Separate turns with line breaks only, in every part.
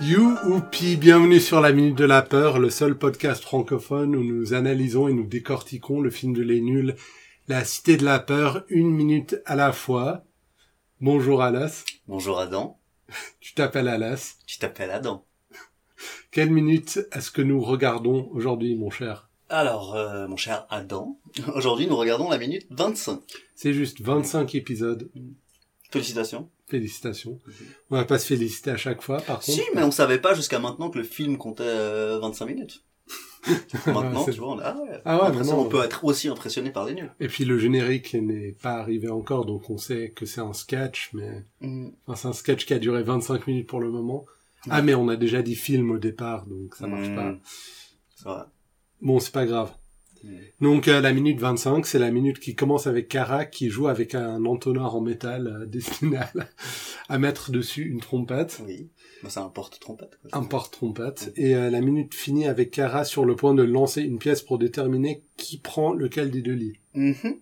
Youpi, bienvenue sur la Minute de la Peur, le seul podcast francophone où nous analysons et nous décortiquons le film de Les Nuls, La Cité de la Peur, une minute à la fois. Bonjour Alas,
Bonjour Adam,
tu t'appelles Alas.
tu t'appelles Adam.
Quelle minute est-ce que nous regardons aujourd'hui, mon cher
Alors, euh, mon cher Adam, aujourd'hui nous regardons la minute 25.
C'est juste 25 épisodes,
Félicitations.
félicitations. On va pas se féliciter à chaque fois, par contre. euh,
Si, mais on savait pas jusqu'à maintenant que le film comptait euh, 25 minutes. maintenant,
c'est-
tu vois, on, ah ouais,
Ah ouais,
Après ça,
maintenant,
on peut être aussi impressionné par les nuls.
Et puis le générique n'est pas arrivé encore, donc on sait que c'est un sketch, mais...
Mm.
Enfin, c'est un sketch qui a duré 25 minutes pour le moment. Ah, mais on a déjà dit film au départ, donc ça marche
Mm.
pas.
C'est vrai.
Bon, c'est pas grave.
Mm.
Donc, euh, la minute 25, c'est la minute qui commence avec Kara qui joue avec un entonnoir en métal euh, destiné à, la- à mettre dessus une trompette,
Oui. Bah, c'est un porte-trompette. quoi.
un porte-trompette. Et euh, la minute finit avec Kara sur le point de lancer une pièce pour déterminer qui prend lequel des deux lits.
Mhm.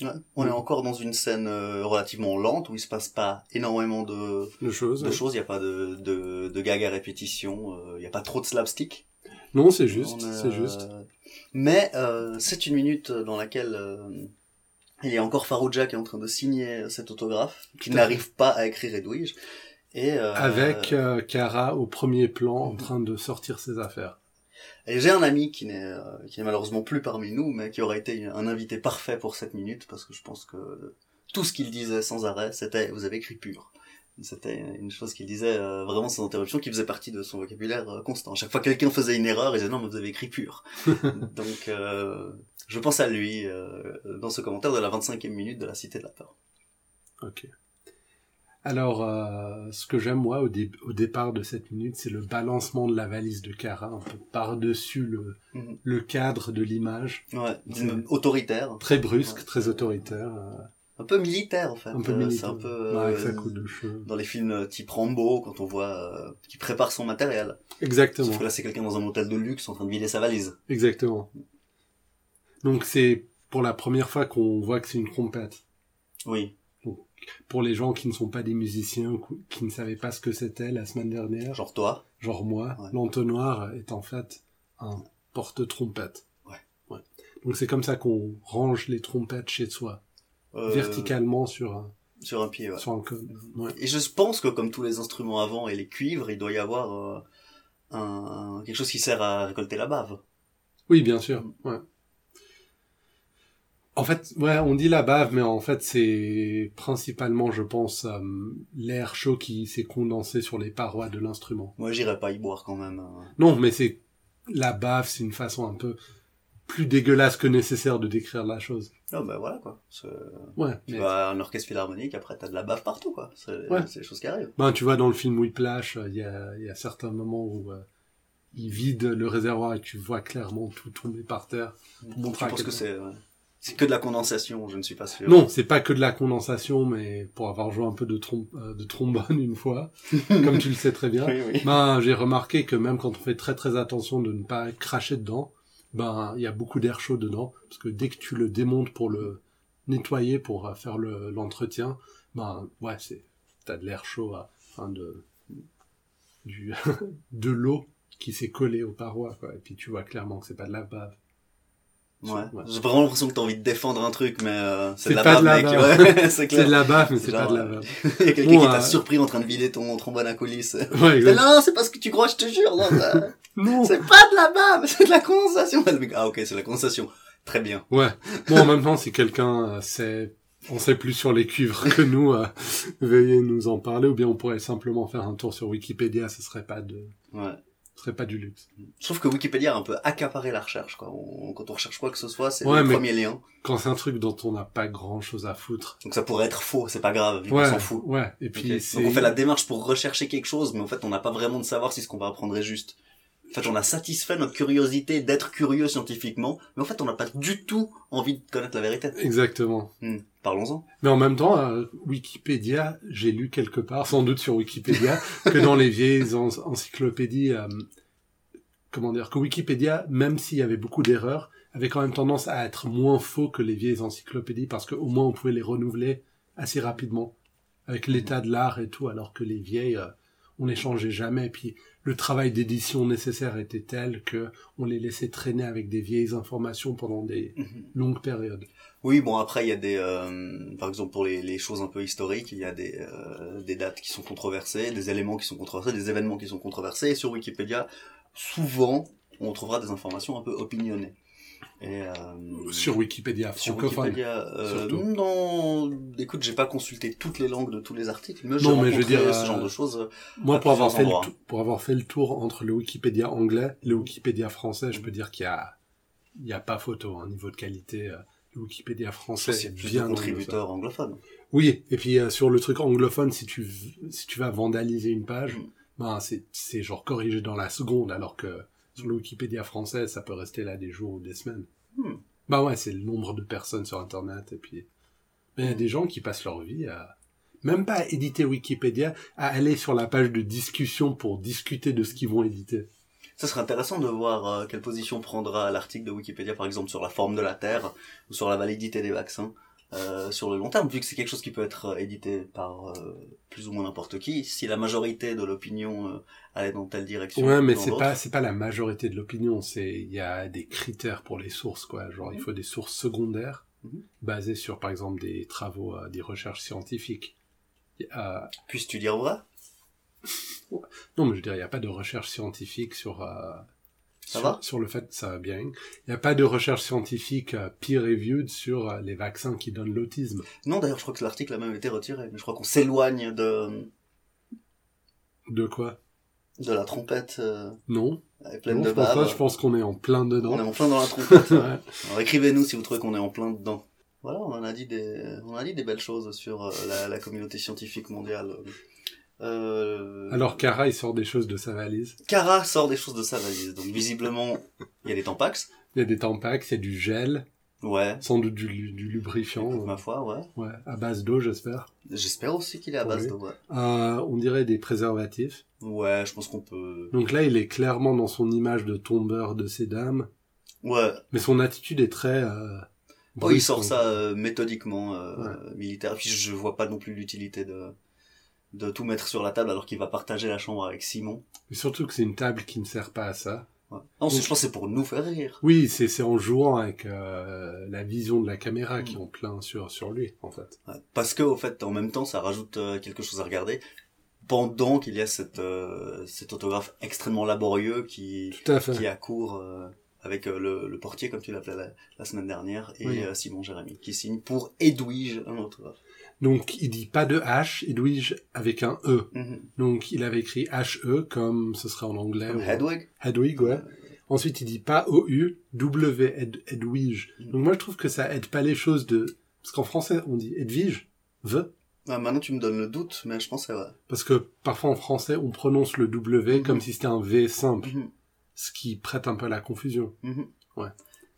Ouais. On est encore dans une scène euh, relativement lente où il se passe pas énormément de,
De choses.
de choses, il n'y a pas de, de, de gags à répétition, euh, il n'y a pas trop de slapstick.
Non, c'est juste,
On a-
c'est juste.
Mais euh, c'est une minute dans laquelle euh, il y a encore Farouja qui est en train de signer euh, cet autographe, qui
Tout à
n'arrive pas à écrire Edwige. Et, euh,
Avec euh, Kara au premier plan en train de sortir ses affaires.
et j'ai un ami qui n'est euh, qui n'est malheureusement plus parmi nous, mais qui aurait été un invité parfait pour cette minute, parce que je pense que tout ce qu'il disait sans arrêt, c'était vous avez écrit pur. C'était une chose qu'il disait euh, vraiment sans interruption, qui faisait partie de son vocabulaire euh, constant. À chaque fois que quelqu'un faisait une erreur, il disait non, mais vous avez écrit pur. Donc, euh, je pense à lui euh, dans ce commentaire de la 25e minute de la Cité de la Peur.
Ok. Alors, euh, ce que j'aime moi au, dé- au départ de cette minute, c'est le balancement de la valise de Cara un peu par-dessus le,
Mhm.
le cadre de l'image.
Ouais,
C'est-
d'une- autoritaire,
Très brusque,
Ouais.
très autoritaire, euh,
un peu militaire en fait.
un peu
Euh,
militaire.
C'est un peu euh,
Ouais, avec sa coupe de cheveux.
dans les films euh, type Rambo, quand on voit euh, qui prépare son matériel. Sauf
Exactement,
que là, c'est quelqu'un dans un hôtel de luxe en train de vider sa valise.
exactement. Donc c'est pour la première fois qu'on voit que c'est une trompette.
Oui.
Pour les gens qui ne sont pas des musiciens, cou- qui ne savaient pas ce que c'était la semaine dernière,
Genre toi.
genre moi,
Ouais.
l'entonnoir est en fait un porte-trompette.
Ouais.
Donc c'est comme ça qu'on range les trompettes chez soi,
euh,
verticalement sur un,
Sur un pied, ouais.
sur un cône. Ouais.
Et je pense que comme tous les instruments avant et les cuivres, il doit y avoir euh, un... quelque chose qui sert à récolter la bave.
Oui, bien sûr.
Mm.
Ouais. En fait, ouais, on dit la bave, mais en fait c'est principalement, je pense, euh, l'air chaud qui s'est condensé sur les parois de l'instrument.
Moi, j'irais pas y boire quand même. hein.
Non, mais c'est la bave, c'est une façon un peu plus dégueulasse que nécessaire de décrire la chose.
Non, ben voilà quoi. C'est-
Ouais.
Tu
mais-
vas à un orchestre philharmonique, après t'as de la bave partout quoi. C'est
Ouais.
c'est des choses qui arrivent.
Ben, tu vois, dans le film Whiplash, euh, il y a, il y a certains moments où euh, il vide le réservoir et tu vois clairement tout tomber par terre.
Donc, je
à
pense
quel point.
que c'est euh, c'est que de la condensation, je ne suis pas sûr.
Non, c'est pas que de la condensation, mais pour avoir joué un peu de, trom- euh, de trombone une fois, comme tu le sais très bien,
Oui, oui.
ben, j'ai remarqué que même quand on fait très très attention de ne pas cracher dedans, ben, il y a beaucoup d'air chaud dedans, parce que dès que tu le démontes pour le nettoyer, pour euh, faire le- l'entretien, ben, ouais, c'est, t'as de l'air chaud, à- enfin, de, du, de l'eau qui s'est collée aux parois, quoi. Et puis tu vois clairement que c'est pas de la bave.
Ouais.
Ouais.
J'ai vraiment l'impression que t'as envie de défendre un truc, mais euh, c'est
C'est
de la
pas
bave,
de la
mec.
bave.
Ouais, c'est
C'est de
clair.
la bave, mais
C'est
c'est pas
genre,
de la
euh,
bave.
Il y a quelqu'un
Bon,
qui t'a
euh,
surpris en train de vider ton trombone à coulisses.
Ouais,
Mais
exact.
non, c'est pas ce que tu crois, je te jure. Non, ça-
Non!
C'est pas de la bave, c'est de la condensation. Le mec, Ah ok, c'est de la condensation. Très bien.
Ouais. Bon, en même temps, si quelqu'un euh, sait, on sait plus sur les cuivres que nous, euh, veuillez nous en parler, ou bien on pourrait simplement faire un tour sur Wikipédia, ce serait pas de,
Ouais.
ce serait pas du luxe.
Je trouve que Wikipédia a un peu accaparé la recherche. Quoi. On- quand on recherche quoi que ce soit, c'est
Ouais,
le
mais-
premier lien.
Quand c'est un truc dont on n'a pas grand chose à foutre.
Donc ça pourrait être faux, c'est pas grave, vu qu'on
Ouais.
s'en fout.
Ouais. Et puis,
Ok.
c'est,
Donc on fait la démarche pour rechercher quelque chose, mais en fait on n'a pas vraiment de savoir si ce qu'on va apprendre est juste. En fait on a satisfait notre curiosité d'être curieux scientifiquement, mais en fait on n'a pas du tout envie de connaître la vérité.
exactement.
Hmm. Parlons-en.
Mais en même temps, euh, Wikipédia, j'ai lu quelque part, sans doute sur Wikipédia, que dans les vieilles en- encyclopédies, euh, comment dire, que Wikipédia, même s'il y avait beaucoup d'erreurs, avait quand même tendance à être moins faux que les vieilles encyclopédies parce qu'au moins on pouvait les renouveler assez rapidement avec l'état de l'art et tout, alors que les vieilles, euh, on les changeait jamais. Puis le travail d'édition nécessaire était tel que on les laissait traîner avec des vieilles informations pendant des
Mhm.
longues périodes.
Oui, bon après il y a des, euh, par exemple pour les, les choses un peu historiques, il y a des, euh, des dates qui sont controversées, des éléments qui sont controversés, des événements qui sont controversés. Et sur Wikipédia, souvent, on trouvera des informations un peu opinionnées. Et, euh,
Sur Wikipédia
sur
francophone.
Wikipédia, euh,
surtout.
non, écoute, j'ai pas consulté toutes les langues de tous les articles, mais j'ai
Non, mais je
rencontré
veux dire,
ce
euh,
genre de choses.
Moi,
à
pour avoir,
plusieurs
fait le
endroits.
tou- pour avoir fait le tour entre le Wikipédia anglais et le Wikipédia français, je peux dire qu'il y a, il y a pas photo, un niveau de qualité. euh, Le Wikipédia français
C'est plus de
bien
contributeurs anglophones.
Oui, et puis euh, sur le truc anglophone, si tu v- si tu vas vandaliser une page,
Mm.
ben c'est c'est genre corrigé dans la seconde, alors que sur le Wikipédia français, ça peut rester là des jours ou des semaines.
Hmm.
Ben ouais, c'est le nombre de personnes sur Internet et puis mais il y a
Mm.
des gens qui passent leur vie à même pas à éditer Wikipédia, à aller sur la page de discussion pour discuter de ce qu'ils vont éditer.
Ça serait intéressant de voir euh, quelle position prendra l'article de Wikipédia, par exemple, sur la forme de la Terre ou sur la validité des vaccins euh, sur le long terme, vu que c'est quelque chose qui peut être euh, édité par euh, plus ou moins n'importe qui. Si la majorité de l'opinion euh, allait dans telle direction,
Ouais, mais
dans
c'est
l'autre,
pas c'est pas la majorité de l'opinion. C'est il y a des critères pour les sources quoi. Genre il faut des sources secondaires
Mhm.
basées sur par exemple des travaux, euh, des recherches scientifiques. Y a-
puisses-tu dire vrai
non, mais je veux dire il n'y a pas de recherche scientifique sur euh,
Ça
sur,
va
sur le fait ça va bien. Il n'y a pas de recherche scientifique euh, peer-reviewed sur euh, les vaccins qui donnent l'autisme.
Non, d'ailleurs, je crois que l'article a même été retiré, mais je crois qu'on s'éloigne de,
De quoi
de la trompette euh,
Non.
elle est pleine
Non,
de
je pense pas.
bave.
Je pense qu'on est en plein
On est
dedans.
en plein dans la trompette. euh.
Ouais.
Alors écrivez-nous si vous trouvez qu'on est en plein dedans. Voilà, on en a dit des, on a dit des belles choses sur euh, la, la communauté scientifique mondiale. Euh,
Alors Cara il sort des choses de sa valise.
Cara sort des choses de sa valise, donc visiblement, il y a des tampax.
Il y a des tampax, il y a du gel,
Ouais,
sans doute du, lu- du lubrifiant. euh,
ma foi, ouais.
Ouais, à base d'eau, j'espère.
J'espère aussi qu'il est à base
Oui.
de... Ouais,
Euh, on dirait des préservatifs.
ouais je pense qu'on peut...
Donc là, il est clairement dans son image de tombeur de ces dames,
Ouais,
mais son attitude est très. Euh,
oh, il
brusque,
sort
hein.
ça euh, méthodiquement, euh, militaire. Puis je vois pas non plus l'utilité de de tout mettre sur la table alors qu'il va partager la chambre avec Simon.
Mais surtout que c'est une table qui ne sert pas à ça.
Ouais. Non, c'est- je pense que c'est pour nous faire rire.
Oui, c'est c'est en jouant avec euh, la vision de la caméra qui
Mm.
ont plein sur sur lui, en fait.
Ouais, Parce que, au fait, en même temps, ça rajoute euh, quelque chose à regarder pendant qu'il y a cette, euh, cet autographe extrêmement laborieux qui,
Tout à fait.
qui accourt euh, avec euh, le, le portier, comme tu l'appelais la, la semaine dernière, et
Oui.
euh, Simon Jérémy, qui signe pour Edwige un autographe.
Donc il dit pas de H, Edwige avec un E.
Mhm.
Donc il avait écrit H-E comme ce serait en anglais.
Comme
ou-
Hedwig.
Hedwig, ouais. Ensuite, il dit pas OU, W, Ed- Edwige.
Mm.
Donc moi, je trouve que ça aide pas les choses de... Parce qu'en français, on dit Edwige, V.
Euh, Ouais, maintenant, tu me donnes le doute, mais je pense que ça
Parce que parfois, en français, on prononce le W
Mhm.
comme si c'était un V simple,
va.
ce qui prête un peu à la confusion.
Mhm.
Ouais.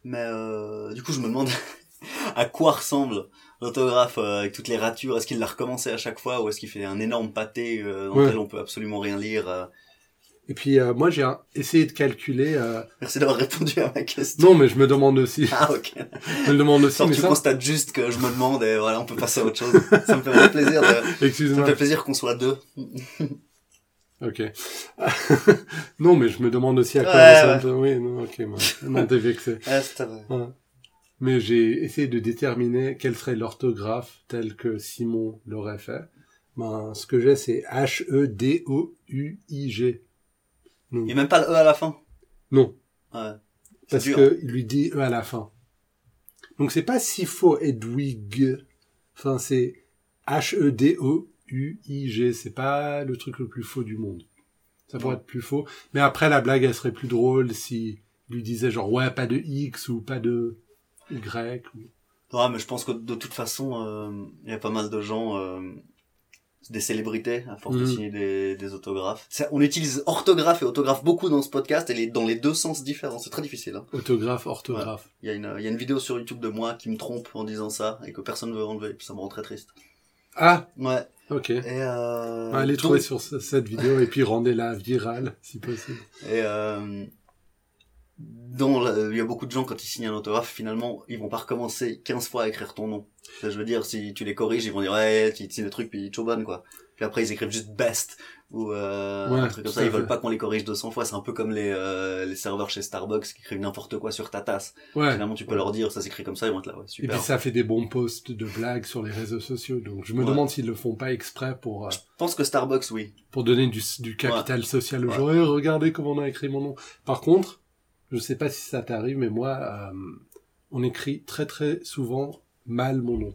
Mais euh, du coup, je me demande à quoi ressemble l'autographe euh, avec toutes les ratures. Est-ce qu'il l'a recommencé à chaque fois ou est-ce qu'il fait un énorme pâté euh, dans
Ouais.
lequel on peut absolument rien lire euh.
Et puis, euh, moi, j'ai un- essayé de calculer... euh,
Merci d'avoir répondu à ma question.
Non, mais je me demande aussi.
Ah ok.
Je me demande aussi,
Sorte,
mais
tu
ça...
constates juste que je me demande et voilà, on peut passer à autre chose. ça me fait vraiment plaisir. De... Ça me
Excuse-moi.
fait plaisir qu'on soit deux.
Ok. non, mais je me demande aussi à quoi
Ouais,
ça... Oui, non, ok. moi. Non, t'es vexé.
Ah, c'est vrai.
Mais j'ai essayé de déterminer quelle serait l'orthographe telle que Simon l'aurait fait. Ben, ce que j'ai, c'est E H-E-D-O-U-I-G.
Il y a même pas le e à la fin.
Non,
Ouais. C'est
parce
dur.
que il lui dit E à la fin. Donc c'est pas si faux Edwig. Enfin, c'est E H-E-D-O-U-I-G. C'est pas le truc le plus faux du monde. Ça pourrait
Non.
être plus faux. Mais après, la blague, elle serait plus drôle si il lui disait genre, ouais, pas de X ou pas de Y. ou-
Ouais, mais je pense que de toute façon, euh, il y a pas mal de gens, euh, des célébrités, à force de
Mhm.
signer des, des autographes. Ça, on utilise orthographe et autographe beaucoup dans ce podcast et les, dans les deux sens différents. C'est très difficile. hein.
Autographe, orthographe.
Il y, a une, euh, il y a une vidéo sur YouTube de moi qui me trompe en disant ça et que personne ne veut enlever. et puis ça me rend très triste.
Ah,
Ouais.
ok.
Et, euh,
Allez
donc-
trouver sur ce- cette vidéo et puis rendez-la virale si possible.
Et euh, dans le- il y a beaucoup de gens quand ils signent un autographe, finalement, ils vont pas recommencer 15 fois à écrire ton nom. Ça, je veux dire, si tu les corriges, ils vont dire ouais, tu signes le truc puis ils te chobannent, quoi. Puis après, ils écrivent juste best ou euh,
Ouais,
un truc comme
tout
ça.
à
Ils
fait.
veulent pas qu'on les corrige 200 fois. C'est un peu comme les, euh, les serveurs chez Starbucks qui écrivent n'importe quoi sur ta tasse.
Ouais.
Finalement, tu peux leur dire ça s'écrit comme ça, ils vont être là. Ouais,
Et
super.
puis ça fait des bons posts de blagues sur les réseaux sociaux. Donc je me
Ouais.
demande s'ils le font pas exprès pour euh,
Je pense que Starbucks, oui.
pour donner du, du capital social aux
Ouais.
gens. Eh, regardez comment on a écrit mon nom. Par contre, je sais pas si ça t'arrive, mais moi, euh, on écrit très très souvent mal mon nom.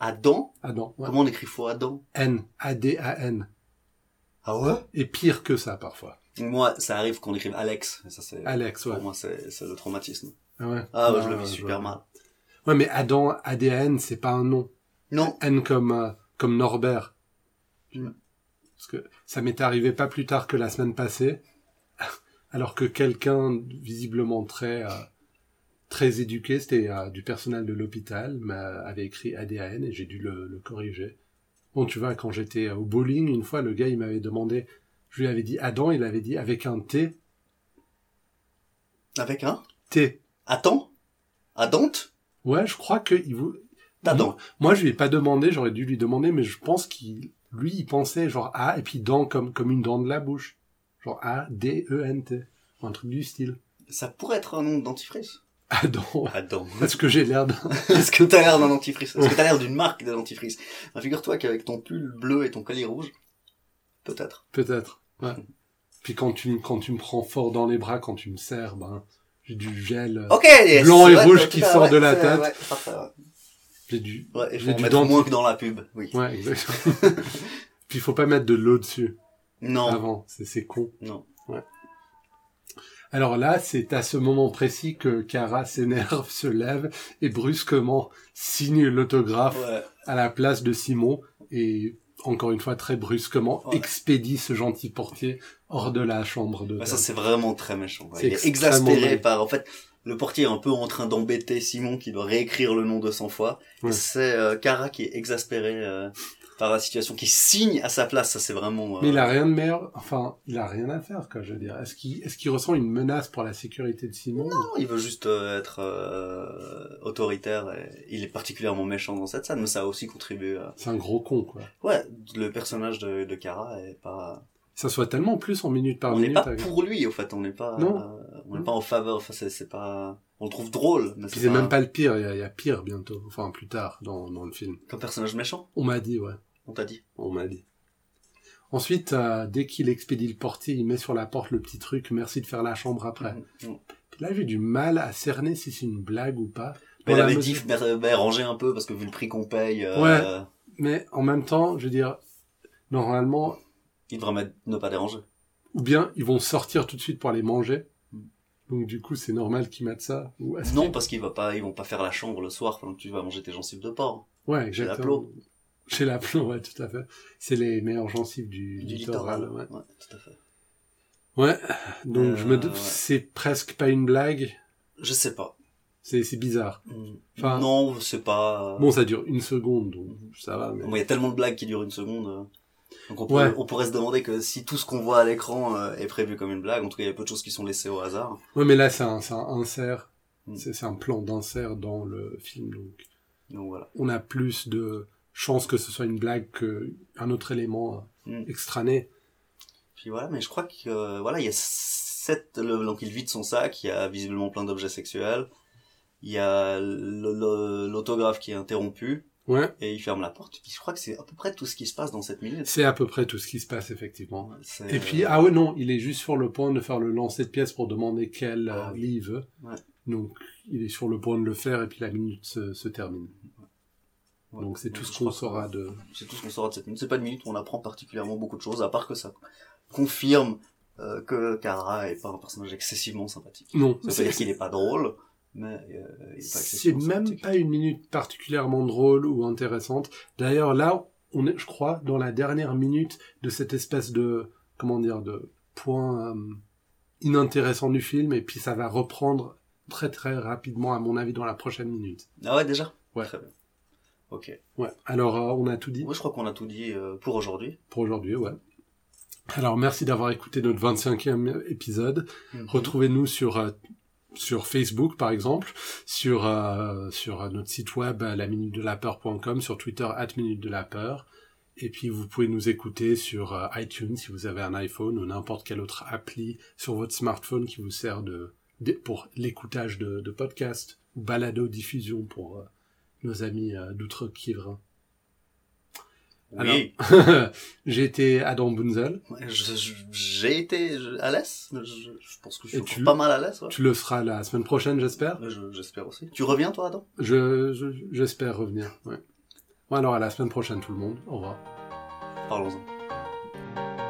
Adam
Adam. Ouais.
Comment on écrit faux Adam
N. A D A N.
Ah ouais
Et pire que ça parfois.
Moi, ça arrive qu'on écrive Alex. Ça, c'est,
Alex, ouais.
pour moi, c'est, c'est le traumatisme.
Ah ouais.
Ah, ouais, je le
Ouais,
vis super mal.
Ouais, mais Adam, A D A N, c'est pas un nom.
Non.
N comme euh, comme Norbert.
Mm.
Parce que ça m'est arrivé pas plus tard que la semaine passée, alors que quelqu'un visiblement très euh, très éduqué, c'était euh, du personnel de l'hôpital, m'a- avait écrit ADAN et j'ai dû le, le corriger. Bon, tu vois, quand j'étais euh, au bowling, une fois, le gars, il m'avait demandé, je lui avais dit Adam, il avait dit avec un T,
Avec un
T.
Attends Adam
Ouais, je crois que il vou-
T'attends.
Moi, je lui ai pas demandé, j'aurais dû lui demander, mais je pense qu'il, lui, il pensait genre A et puis dent comme, comme une dent de la bouche. Genre A, D, E, N, T. Un truc du style.
Ça pourrait être un nom de dentifrice.
Adam. ouais.
Adam.
Parce que j'ai l'air d'un.
Est-ce que t'as l'air d'un dentifrice Est-ce que t'as l'air d'une marque de dentifrice Enfin, Figure-toi qu'avec ton pull bleu et ton collier rouge, peut-être.
Peut-être. Ouais. Puis quand tu, me- quand tu me prends fort dans les bras, quand tu me serres, ben, j'ai du gel, euh,
Ok yes,
Blanc et
ouais,
rouge
ouais,
qui
tout à-
sort
ouais,
de la
c'est-
tête.
Ouais, c'est parfait, ouais.
j'ai du.
Ouais, et faut
J'ai
en
du
mettre
denti-
moins que dans la pub, oui.
Ouais, exactement. puis il faut pas mettre de l'eau dessus
Non,
avant. C'est, c'est con.
non.
Alors là, c'est à ce moment précis que Cara s'énerve, se lève et brusquement signe l'autographe
Ouais.
à la place de Simon et encore une fois très brusquement
Ouais.
expédie ce gentil portier hors de la chambre de
Ouais, Bah, ça, c'est vraiment très méchant. ouais.
C'est
Il est
extrêmement
exaspéré
mal.
par... En fait, le portier est un peu en train d'embêter Simon qui doit réécrire le nom 200 fois.
Ouais.
Et C'est euh, Cara qui est exaspéré euh, par la situation, qui signe à sa place. Ça, c'est vraiment... euh,
mais il a rien de meilleur, enfin, il a rien à faire, quoi, je veux dire. Est-ce qu'il, est-ce qu'il ressent une menace pour la sécurité de Simon?
Non, il veut juste euh, être euh, autoritaire. et il est particulièrement méchant dans cette scène, mais ça a aussi contribué à...
C'est un gros con, quoi.
Ouais, le personnage de, de Kara est pas...
Ça soit tellement plus en minute par
on n'est
minute.
pas
avec-
pour lui, au fait. On n'est pas...
Non.
euh, on n'est pas en faveur. Enfin, c'est, c'est pas... On le trouve drôle, mais
Puis c'est même pas le pire, il y, a, il y a pire bientôt, enfin plus tard dans, dans le film.
Comme personnage méchant,
On m'a dit, ouais.
on t'a dit.
On m'a dit. Ensuite, euh, dès qu'il expédie le portier, il met sur la porte le petit truc, merci de faire la chambre après.
Mhm.
Là, j'ai du mal à cerner si c'est une blague ou pas. Dans
Mais elle
la
avait dit,
mesure-
ben, ben, rangez un peu, parce que vu le prix qu'on paye, euh,
Ouais. Mais en même temps, je veux dire, normalement,
il devrait mettre ne pas déranger.
ou bien ils vont sortir tout de suite pour aller manger.
Mm.
Donc du coup, c'est normal qu'ils mettent ça. Ou est-ce
Non, parce qu'ils va pas, ils vont pas faire la chambre le soir pendant que tu vas manger tes gencives de porc.
que- Ouais,
Chez la
exactement.
plomb,
Chez la plomb, ouais, tout à fait. C'est les meilleurs gencives du,
du
littoral.
littoral.
ouais.
Ouais, tout à fait.
Ouais, donc je me
Euh,
dis,
ouais.
c'est presque pas une blague.
Je sais pas.
C'est c'est bizarre.
Mm.
Enfin-
non, je sais pas. euh,
Bon, ça dure une seconde, donc ça va. Mais...
Bon, Il y a tellement de blagues qui durent une seconde. euh, Donc on, peut-
Ouais.
on pourrait se demander que si tout ce qu'on voit à l'écran euh, est prévu comme une blague, en tout cas il y a peu de choses qui sont laissées au hasard.
Ouais, mais là, c'est un, c'est un insert.
Mm.
C'est c'est un plan d'insert dans le film, donc
Donc voilà.
on a plus de chances que ce soit une blague qu'un autre élément euh,
Mm.
extrané.
Puis voilà, mais je crois que euh, voilà, il y a sept. le- donc il vide son sac, il y a visiblement plein d'objets sexuels. Il y a le- le- l'autographe qui est interrompu
Ouais,
et il ferme la porte. Puis je crois que c'est à peu près tout ce qui se passe dans cette minute.
c'est à peu près tout ce qui se passe, effectivement.
C'est-
Et puis, ah ouais, non, il est juste sur le point de faire le lancer de pièces pour demander quel
Ah
euh,
oui.
lit il veut.
Ouais.
Donc, il est sur le point de le faire et puis la minute se, se termine.
euh, Ouais.
Donc, c'est tout
Donc,
ce
je
qu'on
crois que-
saura de...
C'est tout ce qu'on saura de cette minute. C'est pas une minute où on apprend particulièrement beaucoup de choses, à part que ça confirme euh, que Kara est pas un personnage excessivement sympathique.
Non,
Ça veut
c'est-
dire qu'il est pas drôle, mais euh, il est pas
C'est
excessivement
même
sympathique.
pas une minute particulièrement drôle ou intéressante. D'ailleurs, là, on est, je crois, dans la dernière minute de cette espèce de, comment dire, de point euh, inintéressant du film, et puis ça va reprendre très très rapidement, à mon avis, dans la prochaine minute.
Ah ouais, déjà
Ouais.
Très bien. Ok.
Ouais. Alors, euh, on a tout dit
Moi, je crois qu'on a tout dit euh, pour aujourd'hui.
pour aujourd'hui, ouais. Alors, merci d'avoir écouté notre 25e épisode. Retrouvez-nous sur euh, sur Facebook par exemple, sur euh, sur euh, notre site web euh, la minute de la peur.com, sur Twitter at minute de la peur Et puis vous pouvez nous écouter sur euh, iTunes si vous avez un iPhone ou n'importe quelle autre appli sur votre smartphone qui vous sert de, de- pour l'écoutage de, de podcasts ou balado diffusion pour euh, nos amis euh, d'outre-Quiverin.
Oui,
Alors, j'ai été Adam Bunzel,
Je- je- j'ai été je- à l'aise. Je, je pense que je
Et
suis encore
tu-
pas mal à l'aise. ouais.
tu le feras la semaine prochaine j'espère.
Je- J'espère aussi. Tu reviens toi, Adam
Je, je- j'espère revenir. Ouais. Bon alors à la semaine prochaine tout le monde. Au revoir.
Parlons-en.